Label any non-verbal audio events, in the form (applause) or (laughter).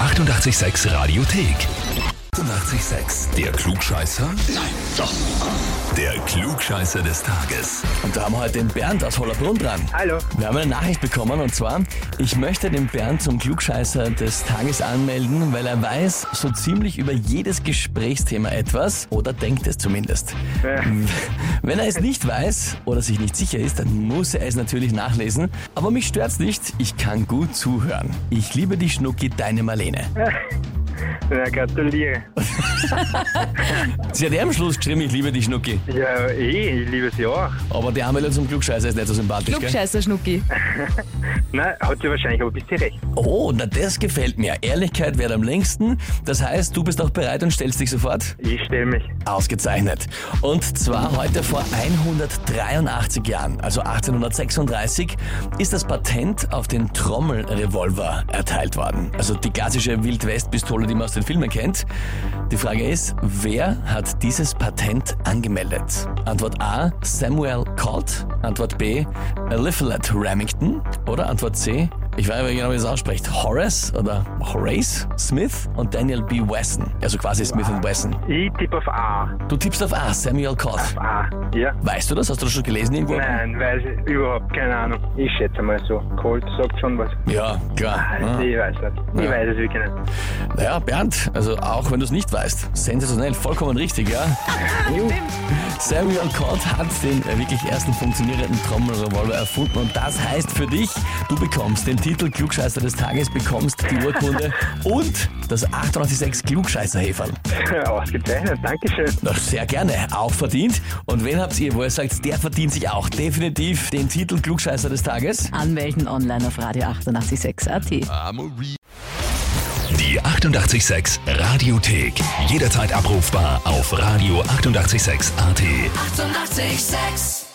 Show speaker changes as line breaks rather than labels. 886 Radiothek. 886, der Klugscheißer? Nein, doch. Der Klugscheißer des Tages.
Und da haben wir heute den Bernd aus Hollerbrunn dran.
Hallo.
Wir haben eine Nachricht bekommen und zwar, ich möchte den Bernd zum Klugscheißer des Tages anmelden, weil er weiß so ziemlich über jedes Gesprächsthema etwas oder denkt es zumindest.
Ja.
(laughs) Wenn er es nicht weiß oder sich nicht sicher ist, dann muss er es natürlich nachlesen. Aber mich stört's nicht, ich kann gut zuhören. Ich liebe dich, Schnucki, deine Marlene.
Ja, gratuliere.
Sie hat eh am Schluss geschrieben, ich liebe dich, Schnucki.
Ja, eh, ich liebe sie auch.
Aber der Anmelder zum Klugscheißer ist nicht so sympathisch, gell?
Klugscheißer Schnucki.
Nein, hat sie wahrscheinlich aber ein bisschen recht.
Oh, na das gefällt mir. Ehrlichkeit währt am längsten. Das heißt, du bist auch bereit und stellst dich sofort?
Ich stelle mich.
Ausgezeichnet. Und zwar heute vor 183 Jahren, also 1836, ist das Patent auf den Trommelrevolver erteilt worden. Also die klassische Wildwest-Pistole, die man aus den Filmen kennt. Die Frage ist, wer hat dieses Patent angemeldet? Antwort A, Samuel Colt. Antwort B, Eliphalet Remington. Oder Antwort C, ich weiß nicht genau, wie es ausspricht. Horace oder Horace Smith und Daniel B. Wesson. Also quasi Smith und Wesson.
Ich tippe auf A.
Du tippst auf A, Samuel Colt.
A, ja?
Weißt du das? Hast du das schon gelesen irgendwo?
Nein, weiß ich überhaupt keine Ahnung. Ich schätze mal so. Colt sagt schon was. Ah,
Ja, klar. Ja.
Ich weiß nicht. Ich
Ja.
weiß es wirklich nicht. (laughs)
Naja, Bernd, also auch wenn du es nicht weißt, sensationell, vollkommen richtig, ja? Samuel Colt hat den äh, wirklich ersten funktionierenden Trommelrevolver erfunden und das heißt für dich, du bekommst den Titel Klugscheißer des Tages, bekommst die Urkunde und das 886 Klugscheißer-Häferl.
Ausgezeichnet, Dankeschön.
Na, sehr gerne, auch verdient. Und wen habt ihr, wo ihr sagt, der verdient sich auch definitiv den Titel Klugscheißer des Tages?
Anmelden online auf radio 886 AT.
Die 886 Radiothek. Jederzeit abrufbar auf radio886.at. 886! 886.
886